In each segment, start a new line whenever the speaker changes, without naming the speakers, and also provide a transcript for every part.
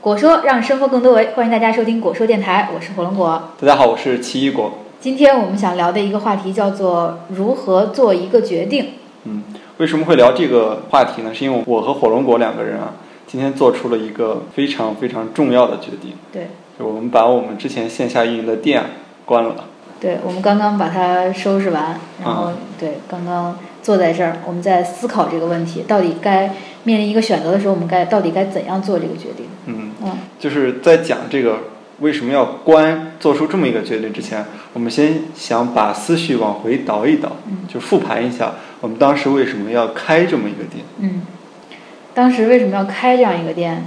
果说让生活更多维，欢迎大家收听果说电台，我是火龙果。
大家好，我是奇异果。
今天我们想聊的一个话题叫做如何做一个决定。
嗯，为什么会聊这个话题呢？是因为我和火龙果两个人啊，今天做出了一个非常非常重要的决定，
对，
就我们把我们之前线下运营的店啊关了。
对我们刚刚把它收拾完，然后、
嗯
对刚刚坐在这儿，我们在思考这个问题，到底该面临一个选择的时候，我们该到底该怎样做这个决定？
嗯，
嗯，
就是在讲这个为什么要关，做出这么一个决定之前，我们先想把思绪往回倒一倒，
嗯
就复盘一下我们当时为什么要开这么一个店。
嗯，当时为什么要开这样一个店？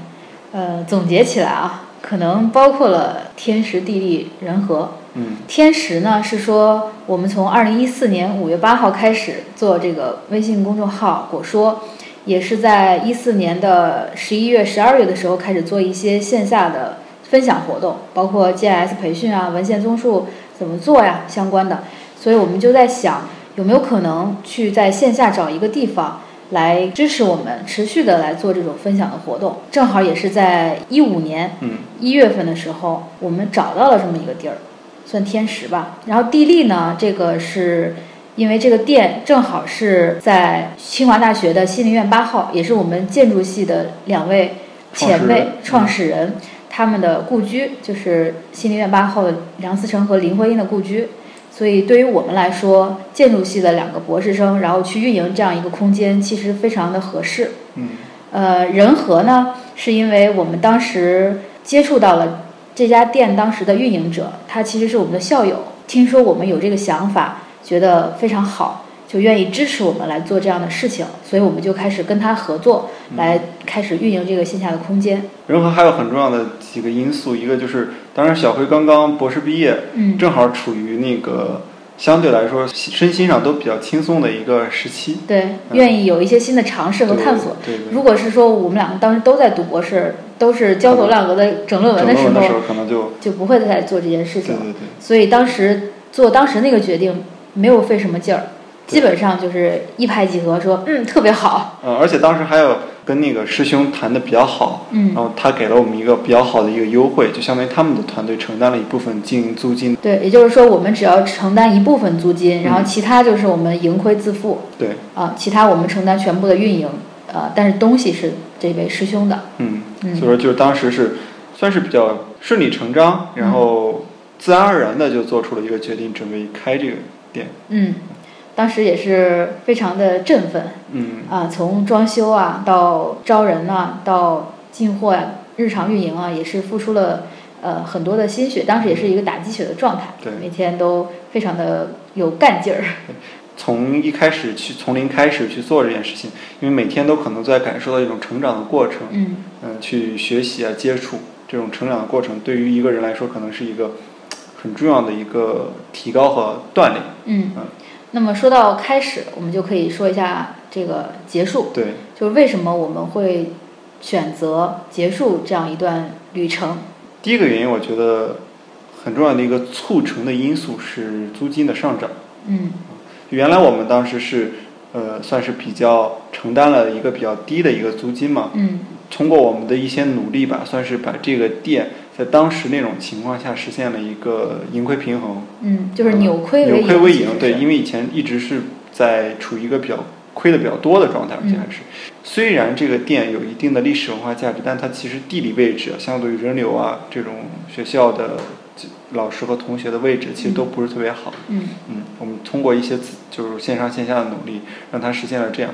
呃，总结起来啊，可能包括了天时、地利、人和。
嗯
天时呢是说，我们从二零一四年五月八号开始做这个微信公众号“果说”，也是在一四年的十一月、十二月的时候开始做一些线下的分享活动，包括 GIS 培训啊、文献综述怎么做呀相关的。所以我们就在想，有没有可能去在线下找一个地方来支持我们持续的来做这种分享的活动？正好也是在一五年
嗯
一月份的时候，我们找到了这么一个地儿，算天时吧。然后地利呢，这个是因为这个店正好是在清华大学的西林院八号，也是我们建筑系的两位前辈创
创
始人嗯他们的故居，就是西林院八号的梁思成和林徽因的故居。所以，对于我们来说，建筑系的两个博士生，然后去运营这样一个空间，其实非常的合适。
嗯
呃，仁和呢，是因为我们当时接触到了这家店当时的运营者，他其实是我们的校友，听说我们有这个想法，觉得非常好，就愿意支持我们来做这样的事情，所以我们就开始跟他合作，
嗯
来开始运营这个线下的空间。
人和还有很重要的几个因素，一个就是，当然小辉刚刚博士毕业，
嗯
正好处于那个相对来说身心上都比较轻松的一个时期，
对，愿意有一些新的尝试和
嗯对
探索。
对对
如果是说我们两个当时都在读博士，都是焦头烂额的整论文
整
的时
论文的时
候，
候可能就
就不会再做这件事
对
情
对
了。
对，
所以当时做当时那个决定没有费什么劲儿，
对
基本上就是一拍即合说，嗯特别 好，
呃，而且当时还有跟那个师兄谈的比较好，然
嗯，
后他给了我们一个比较好的一个优惠，就相当于他们的团队承担了一部分经营租金，
对，也就是说我们只要承担一部分租金，
嗯
然后其他就是我们盈亏自负
对，
啊、其他我们承担全部的运营，呃，但是东西是这位师兄的，
嗯，
嗯
所以说就是当时是算是比较顺理成章，然后自然而然的就做出了一个决定，准备开这个店，
嗯，当时也是非常的振奋，
嗯
啊，从装修啊到招人呐、到进货呀、日常运营啊，也是付出了呃很多的心血。当时也是一个打鸡血的状态，
对
每天都非常的有干劲儿。
从一开始去从零开始去做这件事情，因为每天都可能在感受到一种成长的过程，
嗯，
嗯、去学习啊，接触这种成长的过程，对于一个人来说，可能是一个很重要的一个提高和锻炼。
嗯
嗯，
那么说到开始，我们就可以说一下这个结束，
对，
就是为什么我们会选择结束这样一段旅程？
第一个原因，我觉得很重要的一个促成的因素是租金的上涨。
嗯
原来我们当时是，呃，算是比较承担了一个比较低的一个租金嘛，
嗯
通过我们的一些努力吧，算是把这个店在当时那种情况下实现了一个盈亏平衡，
嗯，就是扭亏为
呃扭
盈，
亏为
其实
盈。
是
对，因为以前一直是在处于一个比较亏的比较多的状态，而且
嗯
还是、虽然这个店有一定的历史文化价值，但它其实地理位置相对于人流啊这种学校的这老师和同学的位置，其实都不是特别好。
嗯
嗯，我们通过一些自就是线上线下的努力，让它实现了这样，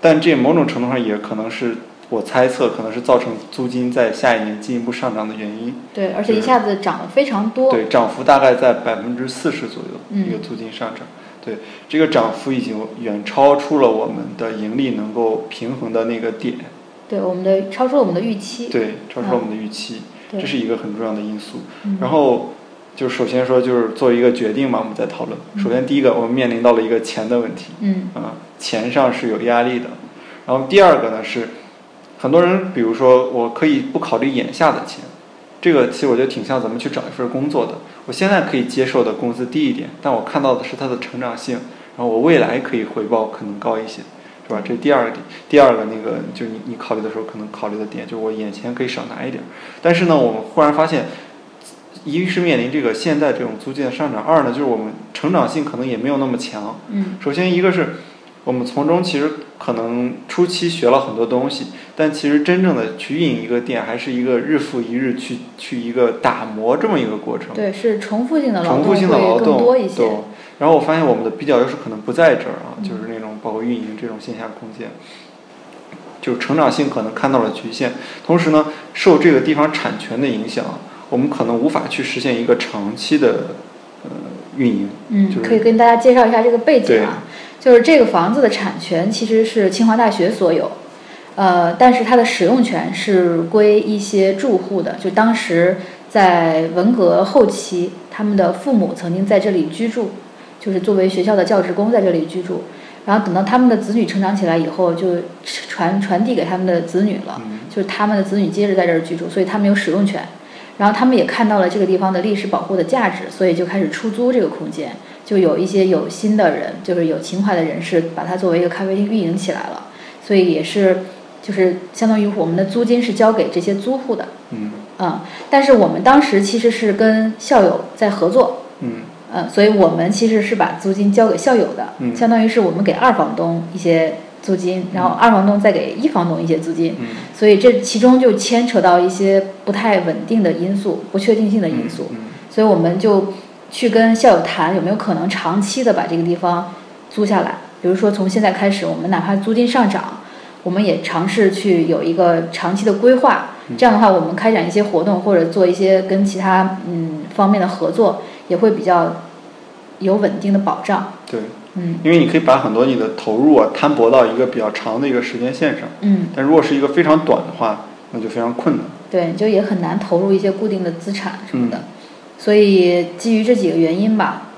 但这某种程度上也可能是我猜测，可能是造成租金在下一年进一步上涨的原因。
对，而且一
就是
下子涨得非常多。
对，涨幅大概在百分之四十左右，
嗯
一个租金上涨。对，这个涨幅已经远超出了我们的盈利能够平衡的那个点，
对，我们的超出了我们的预期。
对，超出了我们的预期，
嗯对，
这是一个很重要的因素。
嗯
然后就首先说，就是做一个决定嘛，我们再讨论。首先第一个，我们面临到了一个钱的问题。
嗯
啊，钱上是有压力的。然后第二个呢是，很多人比如说我可以不考虑眼下的钱，这个其实我觉得挺像咱们去找一份工作的。我现在可以接受的工资低一点，但我看到的是它的成长性，然后我未来可以回报可能高一些。对吧？这是第二个点，第二个那个就你你考虑的时候可能考虑的点，就是我眼前可以少拿一点儿。但是呢，我们忽然发现，一是面临这个现在这种租金的上涨，二呢就是我们成长性可能也没有那么强。
嗯
首先一个是我们从中其实可能初期学了很多东西，但其实真正的去运营一个店，还是一个日复一日去去一个打磨这么一个过程。
对，是重复性的劳
重
动
复性的劳
会更
动，
多一
对
些。。
然后我发现我们的比较优势可能不在这儿啊，
嗯
就是那种包括运营这种线下空间，就成长性可能看到了局限。同时呢，受这个地方产权的影响，我们可能无法去实现一个长期的呃运营。就
嗯，
是
可以跟大家介绍一下这个背景啊，就是这个房子的产权其实是清华大学所有，呃，但是它的使用权是归一些住户的，就当时在文革后期，他们的父母曾经在这里居住，就是作为学校的教职工在这里居住，然后等到他们的子女成长起来以后，就传传递给他们的子女了。
嗯，
就是他们的子女接着在这儿居住，所以他们有使用权。然后他们也看到了这个地方的历史保护的价值，所以就开始出租这个空间。就有一些有心的人，就是有情怀的人士，把它作为一个咖啡厅运营起来了。所以也是，就是相当于我们的租金是交给这些租户的，
嗯
嗯。但是我们当时其实是跟校友在合作，
嗯
嗯，所以我们其实是把租金交给校友的，
嗯
相当于是我们给二房东一些租金，然后二房东再给一房东一些租金。
嗯
所以这其中就牵扯到一些不太稳定的因素、不确定性的因素，
嗯
所以我们就去跟校友谈有没有可能长期的把这个地方租下来。比如说从现在开始，我们哪怕租金上涨，我们也尝试去有一个长期的规划。这样的话，我们开展一些活动或者做一些跟其他嗯方面的合作，也会比较有稳定的保障。
对，
嗯
因为你可以把很多你的投入啊摊薄到一个比较长的一个时间线上，
嗯，
但如果是一个非常短的话，那就非常困难。
对，就也很难投入一些固定的资产什么的。
嗯
所以基于这几个原因吧，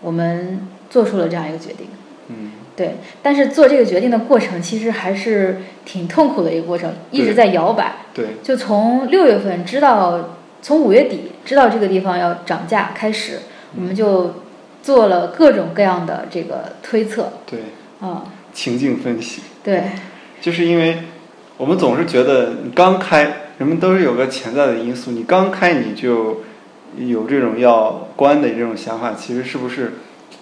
我们做出了这样一个决定。
嗯，
对，但是做这个决定的过程其实还是挺痛苦的一个过程，一直
对
在摇摆。
对，
就从六月份知道，从五月底知道这个地方要涨价开始，我们就做了各种各样的这个推测。
对，
啊、
情境分析。
对，
就是因为我们总是觉得你刚开，人们都是有个潜在的因素，你刚开你就有这种要关的这种想法，其实是不是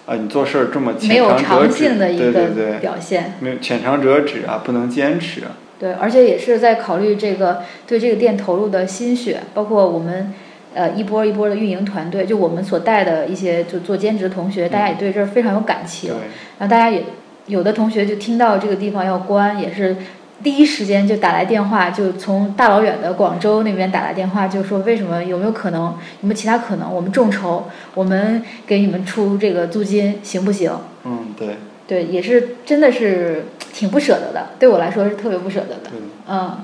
啊、你做事儿这么
没
浅
有
尝辄
长
止，
性的一
对对
个
对，
表现。
没有浅尝辄止啊，不能坚持啊，
对，而且也是在考虑这个对这个店投入的心血，包括我们呃一波一波的运营团队，就我们所带的一些就做兼职的同学，大家也对这儿非常有感情
对，，
然后大家也有的同学就听到这个地方要关，也是第一时间就打来电话，就从大老远的广州那边打来电话，就说为什么有没有可能有没有其他可能，我们众筹，我们给你们出这个租金行不行？
嗯，对，
对，也是真的是挺不舍得的，对我来说是特别不舍得的。
对，
嗯，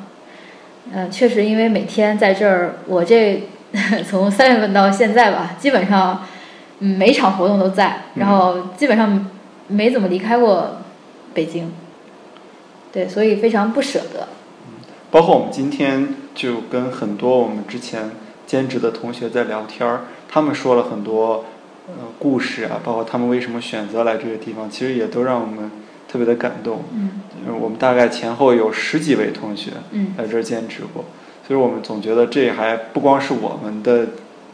嗯，确实，因为每天在这儿，我这 从三月份到现在吧，基本上嗯每场活动都在，然后基本上没怎么离开过北京，对，所以非常不舍得。
包括我们今天就跟很多我们之前兼职的同学在聊天儿，他们说了很多呃故事啊，包括他们为什么选择来这个地方，其实也都让我们特别的感动。
嗯
呃我们大概前后有十几位同学
嗯，
在这儿兼职过，所以我们总觉得这还不光是我们的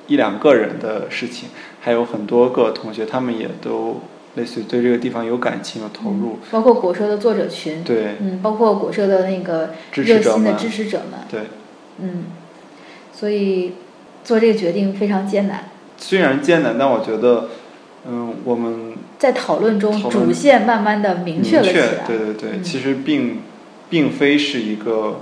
一两个人的事情，还有很多个同学，他们也都类似于对这个地方有感情、有投入，
包括果社的作者群，
对
嗯，包括果社的那个
支持
热
者
心的
们，
支持者们，
对。
嗯，所以做这个决定非常艰难。
虽然艰难，但我觉得，嗯，我们
在讨论中，
讨论
主线慢慢的明确了起来。
对对对，
嗯
其实并并非是一个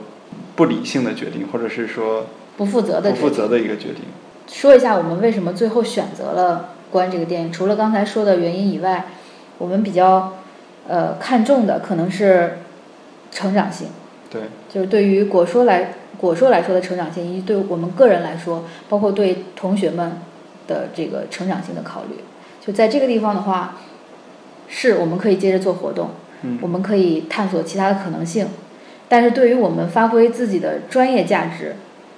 不理性的决定，或者是说
不负责的
不
决
负
定。
责的一个决定。
说一下我们为什么最后选择了关这个电影，除了刚才说的原因以外，我们比较呃看重的可能是成长性，
对，
就是对于果说来果说来说的成长性，以及对我们个人来说，包括对同学们的这个成长性的考虑。就在这个地方的话，是我们可以接着做活动，
嗯
我们可以探索其他的可能性，但是对于我们发挥自己的专业价值，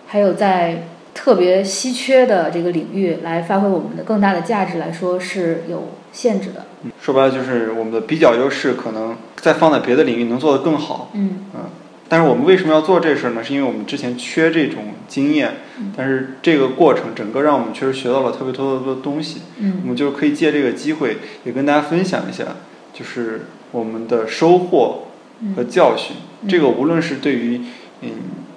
还有在特别稀缺的这个领域来发挥我们的更大的价值来说，是有限制的。
嗯说白了就是我们的比较优势可能再放在别的领域能做得更好。
嗯
但是我们为什么要做这事儿呢？是因为我们之前缺这种经验
嗯，
但是这个过程整个让我们确实学到了特别多的东西。我
嗯
们就可以借这个机会也跟大家分享一下，就是我们的收获和
嗯
教训。
嗯
这个无论是对于嗯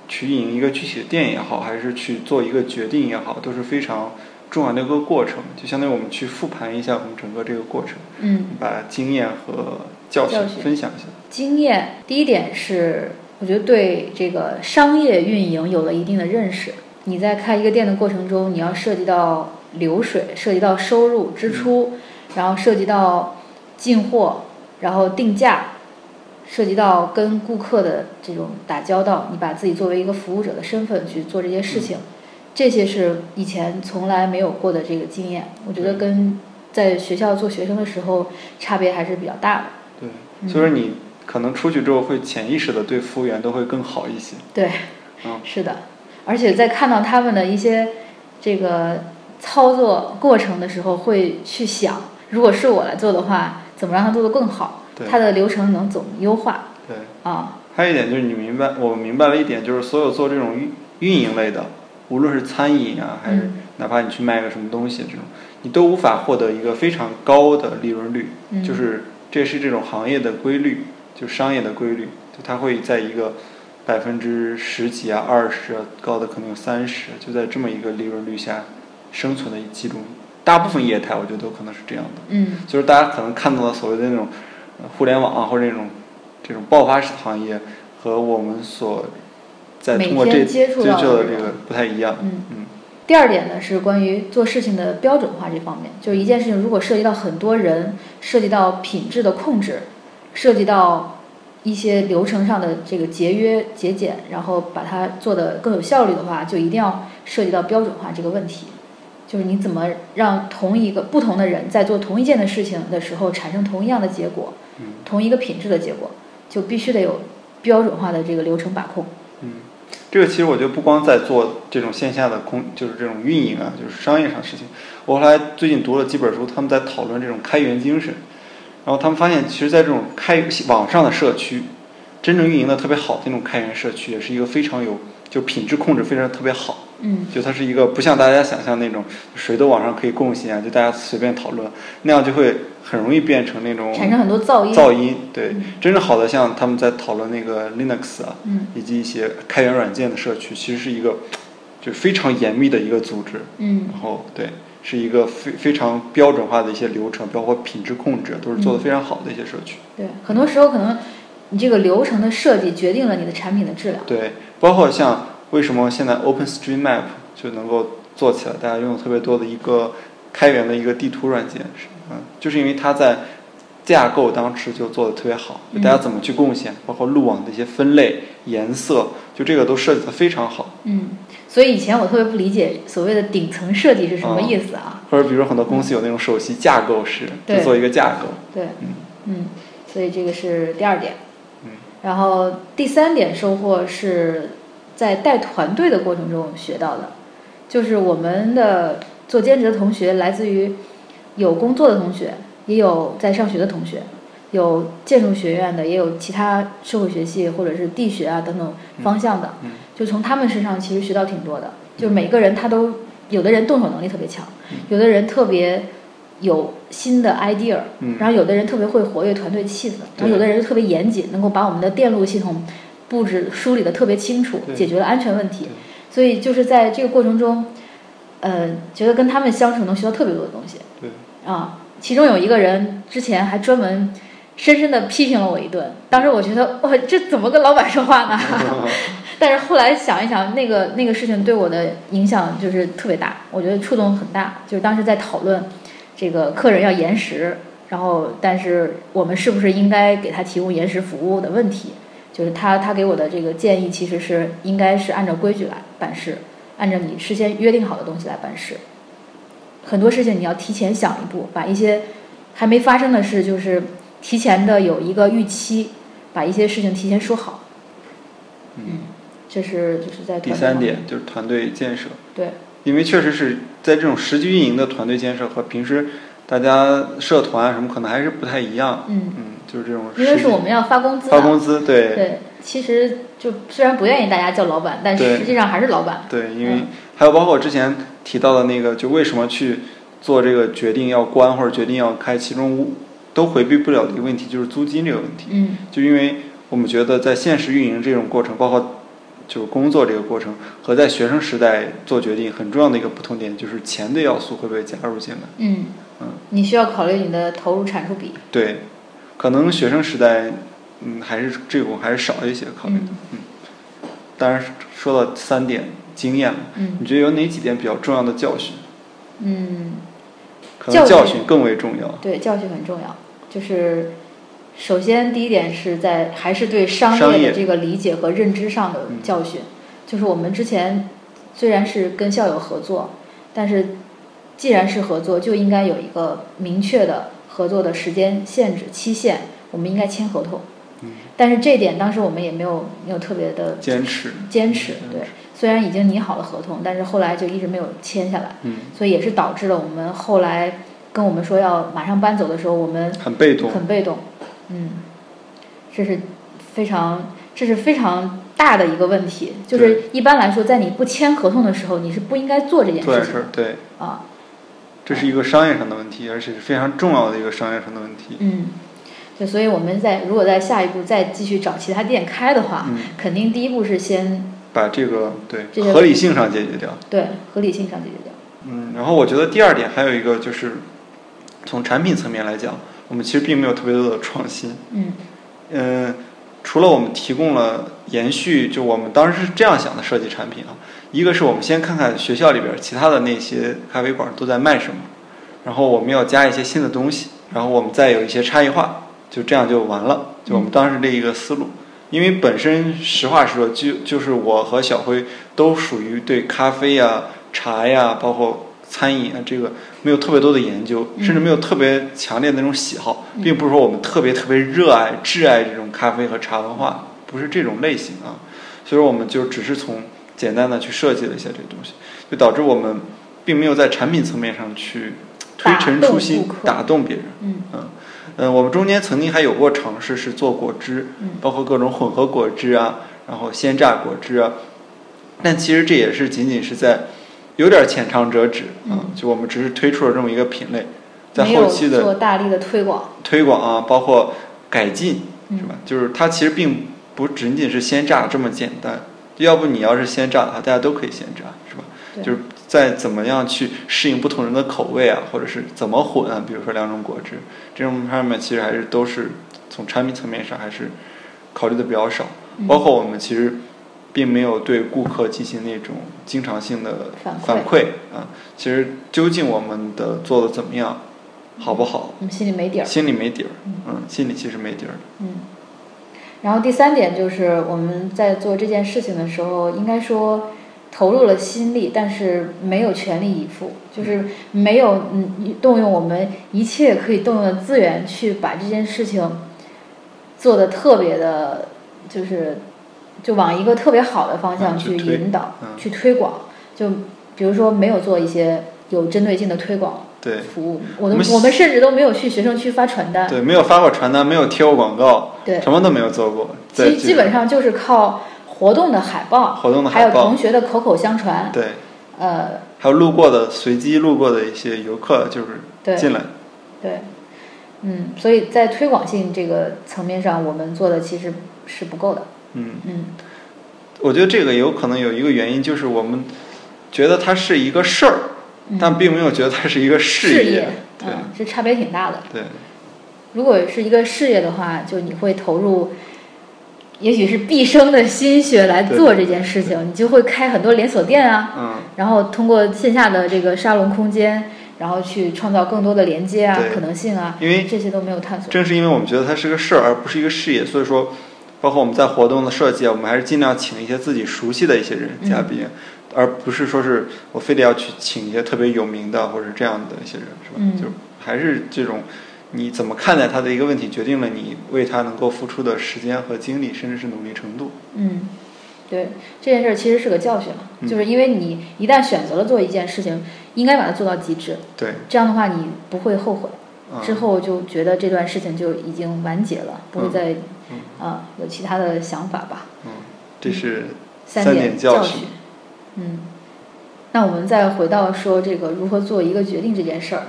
去运营一个具体的店也好，还是去做一个决定也好，都是非常重要的一个过程。就相当于我们去复盘一下我们整个这个过程，
嗯，
把经验和教
教
训
训
分享一下。
经验第一点是，我觉得对这个商业运营有了一定的认识。你在开一个店的过程中，你要涉及到流水，涉及到收入、支出，然后涉及到进货，然后定价，涉及到跟顾客的这种打交道，你把自己作为一个服务者的身份去做这些事情，这些是以前从来没有过的这个经验。我觉得跟在学校做学生的时候差别还是比较大的。嗯
对，所以说你可能出去之后会潜意识的对服务员都会更好一些。
对，
嗯
是的，而且在看到他们的一些这个操作过程的时候，会去想，如果是我来做的话，怎么让它做得更好，
对
它的流程能怎么优化
对，
啊？
还有一点就是你明白，我明白了一点，就是所有做这种运运营类的，无论是餐饮啊，还是
嗯
哪怕你去卖个什么东西这种，你都无法获得一个非常高的利润率，
嗯，
就是这是这种行业的规律，就商业的规律，就它会在一个百分之十几啊、二十啊，高的可能有三十，就在这么一个利润率下生存的几种，大部分业态我觉得都可能是这样的。
嗯
就是大家可能看到的所谓的那种呃互联网啊，或者那种这种爆发式的行业，和我们所在
每
通过这
天接
接
触
触
到的
的
这
这
种
个不太一样。
嗯
嗯，
第二点呢是关于做事情的标准化这方面，就是一件事情如果涉及到很多人，涉及到品质的控制，涉及到一些流程上的这个节约节俭，然后把它做得更有效率的话，就一定要涉及到标准化这个问题，就是你怎么让同一个不同的人在做同一件的事情的时候产生同样的结果，
嗯
同一个品质的结果，就必须得有标准化的这个流程把控。
嗯，这个其实我觉得不光在做这种线下的空，就是这种运营啊，就是商业上的事情。我后来最近读了几本书，他们在讨论这种开源精神，然后他们发现，其实，在这种开网上的社区，真正运营的特别好的那种开源社区，也是一个非常有就品质控制非常特别好。
嗯
就它是一个不像大家想象那种谁都往上可以贡献啊，就大家随便讨论，那样就会很容易变成那种
产生很多噪音。
噪音。对
嗯，
真正好的像他们在讨论那个 Linux 啊，
嗯
以及一些开源软件的社区，其实是一个就是非常严密的一个组织，
嗯
然后对，是一个非非常标准化的一些流程，包括品质控制都是
嗯
做得非常好的一些社区。
对，很多时候可能你这个流程的设计决定了你的产品的质量。
对，包括像为什么现在 OpenStreetMap 就能够做起来，大家用的特别多的一个开源的一个地图软件，是嗯，就是因为它在架构当时就做的特别好，就大家
嗯
怎么去贡献，包括路网的一些分类、颜色，就这个都设计的非常好。
嗯，所以以前我特别不理解所谓的顶层设计是什么
哦
意思啊？
或者比如说很多公司有那种首席架构师，
对
就做一个架构，
对，
嗯
嗯，所以这个是第二点。
嗯
然后第三点收获是在带团队的过程中学到的，就是我们的做兼职的同学来自于有工作的同学，也有在上学的同学，有建筑学院的，也有其他社会学系或者是地学啊等等方向的，
嗯
就从他们身上其实学到挺多的。就是每个人他都有的人动手能力特别强，
嗯
有的人特别有新的 idea，
嗯
然后有的人特别会活跃团队气氛，然后
对
有的人特别严谨，能够把我们的电路系统布置梳理的特别清楚，
对
解决了安全问题
对。
所以就是在这个过程中，呃，觉得跟他们相处能学到特别多的东西
对，
啊。其中有一个人之前还专门深深的批评了我一顿，当时我觉得哇，这怎么跟老板说话呢？但是后来想一想，那个那个事情对我的影响就是特别大，我觉得触动很大。就是当时在讨论这个客人要延时，然后但是我们是不是应该给他提供延时服务的问题，就是他他给我的这个建议其实是应该是按照规矩来办事，按照你事先约定好的东西来办事。很多事情你要提前想一步，把一些还没发生的事就是提前的有一个预期，把一些事情提前说好。
嗯。
这是就是在
第
团队
三
方面
点就是团队建设。
对，
因为确实是在这种实际运营的团队建设和平时大家社团啊什么可能还是不太一样。
嗯，
嗯，就是这种
因为
实
是我们要发工资
发
的，
工资，对
对，其实就虽然不愿意大家叫老板，但
对
实际上还是老板。
对，因为、还有包括我之前提到的那个，就为什么去做这个决定要关或者决定要开，其中都回避不了的一个问题就是租金这个问题。
嗯
就因为我们觉得在现实运营这种过程，包括就是工作这个过程，和在学生时代做决定很重要的一个不同点就是钱的要素会被加入进来。
嗯
嗯，
你需要考虑你的投入产出比。
对，可能学生时代，嗯，还是这种还是少一些考虑的。
嗯
当然，说到三点经验了，
嗯
你觉得有哪几点比较重要的教训？
嗯，
可能教
教训
训更为重要。
对，教训很重要。就是首先第一点是在还是对
商
商
业
业的这个理解和认知上的
嗯
教训。就是我们之前虽然是跟校友合作，但是既然是合作，就应该有一个明确的合作的时间限制期限，我们应该签合同。
嗯，
但是这点当时我们也没有没有特别的
坚持。
坚持，
嗯
对，虽然已经拟好了合同，但是后来就一直没有签下来。
嗯，
所以也是导致了我们后来跟我们说要马上搬走的时候，我们
很被动。
很被动，嗯，这是非常这是非常大的一个问题，就是一般来说，在你不签合同的时候，你是不应该做这件
做
事
点
情
事儿，对，
的啊，
这是一个商业上的问题，而且是非常重要的一个商业上的问题。
嗯，对，所以我们在如果在下一步再继续找其他店开的话，
嗯，
肯定第一步是先
把这个对
这个
合理性上解决掉。
对合理性上解决掉，
嗯，然后我觉得第二点还有一个就是，从产品层面来讲，我们其实并没有特别多的创新。
嗯
嗯，除了我们提供了延续，就我们当时是这样想的设计产品啊，一个是我们先看看学校里边其他的那些咖啡馆都在卖什么，然后我们要加一些新的东西，然后我们再有一些差异化，就这样就完了，就我们当时这一个思路。因为本身实话实说，就就是我和小辉都属于对咖啡呀、茶呀、包括餐饮啊这个没有特别多的研究，
嗯
甚至没有特别强烈的那种喜好。
嗯
并不是说我们特别特别热爱、挚爱这种咖啡和茶文化，不是这种类型啊。所以说，我们就只是从简单的去设计了一些这个东西，就导致我们并没有在产品层面上去推陈出
打动
新
顾、客
打动别人。
嗯
嗯，我们中间曾经还有过尝试是做果汁，
嗯
包括各种混合果汁啊，然后鲜榨果汁啊，但其实这也是仅仅是在有点浅尝辄止啊
嗯，
就我们只是推出了这么一个品类，在
没
后
有
期的
做大力的推广，
推广啊，包括改进，
嗯
是吧？就是它其实并不仅仅是鲜榨这么简单，要不你要是鲜榨的话，大家都可以鲜榨，是吧？
对
就是在怎么样去适应不同人的口味啊，或者是怎么混啊，比如说两种果汁，这种上面其实还是都是从产品层面上还是考虑的比较少，
嗯
包括我们其实并没有对顾客进行那种经常性的
反馈
反馈啊。其实究竟我们的做的怎么样，好不好，
我们心里没底儿。
心里没底儿
嗯，
嗯，心里其实没底儿。
嗯，然后第三点就是我们在做这件事情的时候，应该说投入了心力，但是没有全力以赴，就是没有嗯动用我们一切可以动用的资源去把这件事情做的特别的，就是就往一个特别好的方向
嗯
去
去推
引导、
嗯
去推广，就比如说没有做一些有针对性的推广
对
服务，我
我
都
们
我们甚至都没有去学生区发传单，
对，没有发过传单，没有贴过广告，
呃对
什么都没有做过。
基
在这
基
个
本上就是靠活动的海报，
活动的
还
海
有
报
同，学的口口相传，
对，
呃，
还有路过的随机路过的一些游客就是
对
进来，
对，嗯，所以在推广性这个层面上，我们做的其实是不够的，
嗯，
嗯
我觉得这个有可能有一个原因就是我们觉得它是一个事儿，
嗯，
但并没有觉得它是一个
事
业。对
嗯，这差别挺大的。
对，
如果是一个事业的话，就你会投入。也许是毕生的心血来
对
做这件事情，你就会开很多连锁店啊，
嗯，
然后通过线下的这个沙龙空间，然后去创造更多的连接啊
对、
可能性啊，
因为
这些都没有探索。
正是因为我们觉得它是个事儿，而不是一个事业，所以说，包括我们在活动的设计啊，我们还是尽量请一些自己熟悉的一些人
嗯
嘉宾，而不是说是我非得要去请一些特别有名的或者是这样的一些人，是吧？
嗯
就还是这种你怎么看待他的一个问题，决定了你为他能够付出的时间和精力，甚至是努力程度。
嗯，对，这件事儿其实是个教训了，
嗯
就是因为你一旦选择了做一件事情，应该把它做到极致。
对，
这样的话你不会后悔，
嗯
之后就觉得这段事情就已经完结了，不会
嗯
再
嗯
啊有其他的想法吧。
嗯，这是
三
三
点
点教
训
训。
嗯，那我们再回到说这个如何做一个决定这件事儿。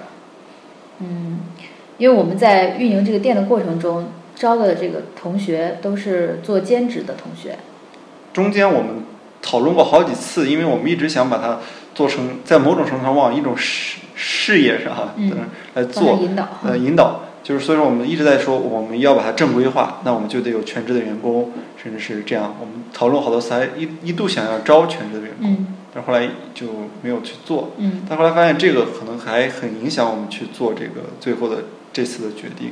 嗯，因为我们在运营这个店的过程中，招的这个同学都是做兼职的同学。
中间我们讨论过好几次，因为我们一直想把它做成，在某种程度上往一种事事业上啊
嗯
呃来
帮他
做，
引导。
呃，引导。就是所以说，我们一直在说我们要把它正规化，那我们就得有全职的员工，甚至是这样。我们讨论好多次，还一一度想要招全职的员工，
嗯
但后来就没有去做。
嗯
但后来发现这个可能还很影响我们去做这个最后的这次的决定。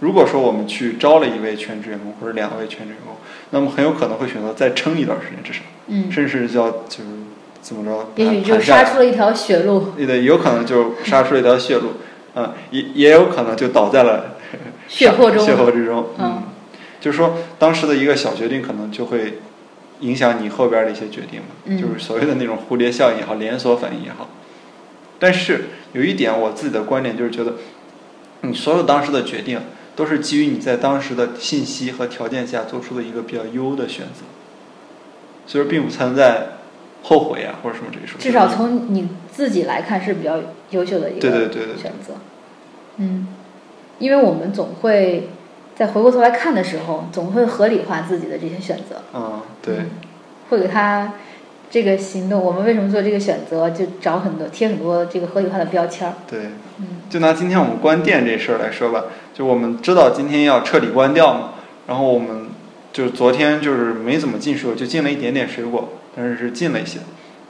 如果说我们去招了一位全职员工或者两位全职员工，那么很有可能会选择再撑一段时间，至少，
嗯，
甚至是要就是怎么着，
也许就
把它盘下
杀
来
出了一条血路，
对对，有可能就杀出了一条血路，嗯，也也有可能就倒在了
血泊中。
血泊之中，
嗯，
就是说当时的一个小决定可能就会影响你后边的一些决定嘛，
嗯
就是所谓的那种蝴蝶效应也好，连锁反应也好。但是有一点我自己的观点就是觉得，你所有当时的决定都是基于你在当时的信息和条件下做出的一个比较优的选择，所以说并不存在后悔啊或者什么这一说。
至少从你自己来看是比较优秀的一个
对对对对
选择。嗯，因为我们总会在回过头来看的时候，总会合理化自己的这些选择，
嗯，对，
嗯会给他这个行动，我们为什么做这个选择，就找很多贴很多这个合理化的标签儿。
对。
嗯
就拿今天我们关店这事儿来说吧，就我们知道今天要彻底关掉嘛，然后我们就是昨天就是没怎么进水果，就进了一点点水果，但是是进了一些，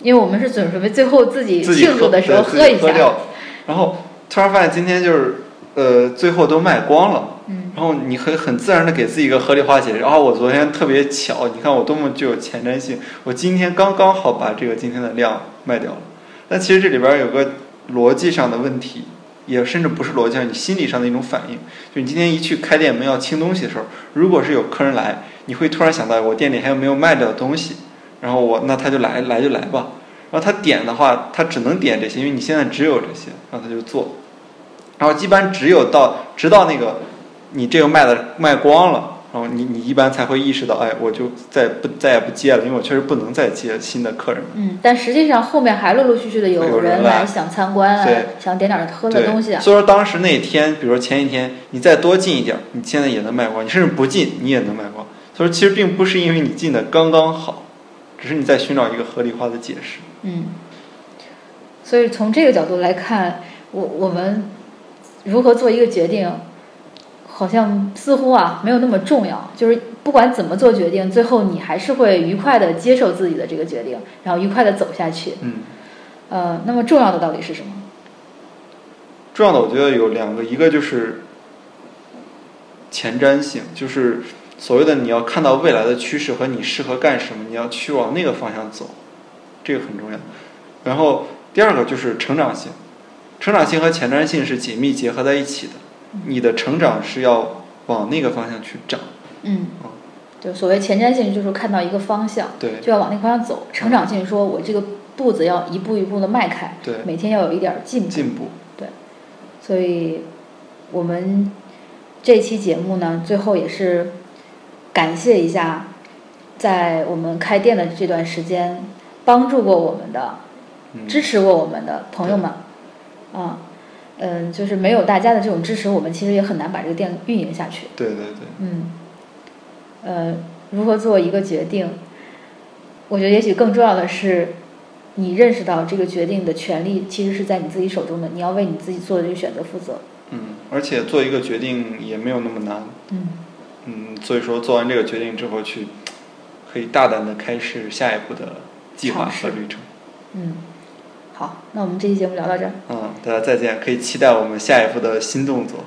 因为我们是准备最后自己
自己
庆祝
喝
的时候
对自己
一
喝
下
掉。，然后突然发现今天就是呃最后都卖光了，
嗯
然后你很很自然的给自己一个合理化解释，啊，我昨天特别巧，你看我多么具有前瞻性，我今天刚刚好把这个今天的量卖掉了。但其实这里边有个逻辑上的问题，也甚至不是逻辑上，你心理上的一种反应。就你今天一去开店门要清东西的时候，如果是有客人来，你会突然想到我店里还有没有卖掉的东西，然后我那他就来来就来吧。然后他点的话，他只能点这些，因为你现在只有这些，然后他就做。然后一般只有到直到那个你这个卖的卖光了，然后你你一般才会意识到，哎，我就再不再也不接了，因为我确实不能再接新的客人了。
嗯，但实际上后面还陆陆续续的
有人
人
来
来想参观啊
对，
想点点儿喝的
对，
东西啊，
所以说当时那一天，比如说前一天，你再多进一点儿，你现在也能卖光；你甚至不进，你也能卖光。所以说其实并不是因为你进的刚刚好，只是你在寻找一个合理化的解释。
嗯，所以从这个角度来看，我我们如何做一个决定，好像似乎啊没有那么重要。就是不管怎么做决定，最后你还是会愉快的接受自己的这个决定，然后愉快的走下去。
嗯，
呃，那么重要的到底是什么？
重要的我觉得有两个，一个就是前瞻性，就是所谓的你要看到未来的趋势和你适合干什么，你要去往那个方向走，这个很重要。然后第二个就是成长性，成长性和前瞻性是紧密结合在一起的，你的成长是要往那个方向去长。啊
嗯，就所谓前瞻性，就是看到一个方向，
对
就要往那个方向走；成长性，说我这个步子要一步一步的迈开，
对，
每天要有一点儿进步。
进步。
所以我们这期节目呢，最后也是感谢一下，在我们开店的这段时间帮助过我们的、
嗯，
支持过我们的朋友们，啊，嗯，就是没有大家的这种支持，我们其实也很难把这个店运营下去。
对对对。
嗯，呃，如何做一个决定，我觉得也许更重要的是，你认识到这个决定的权利其实是在你自己手中的，你要为你自己做的这个选择负责。
嗯，而且做一个决定也没有那么难。
嗯
嗯，所以说做完这个决定之后去，可以大胆的开始下一步的计划
尝试
和旅程。
嗯，好，那我们这期节目聊到这儿，
嗯，大家再见，可以期待我们下一步的新动作。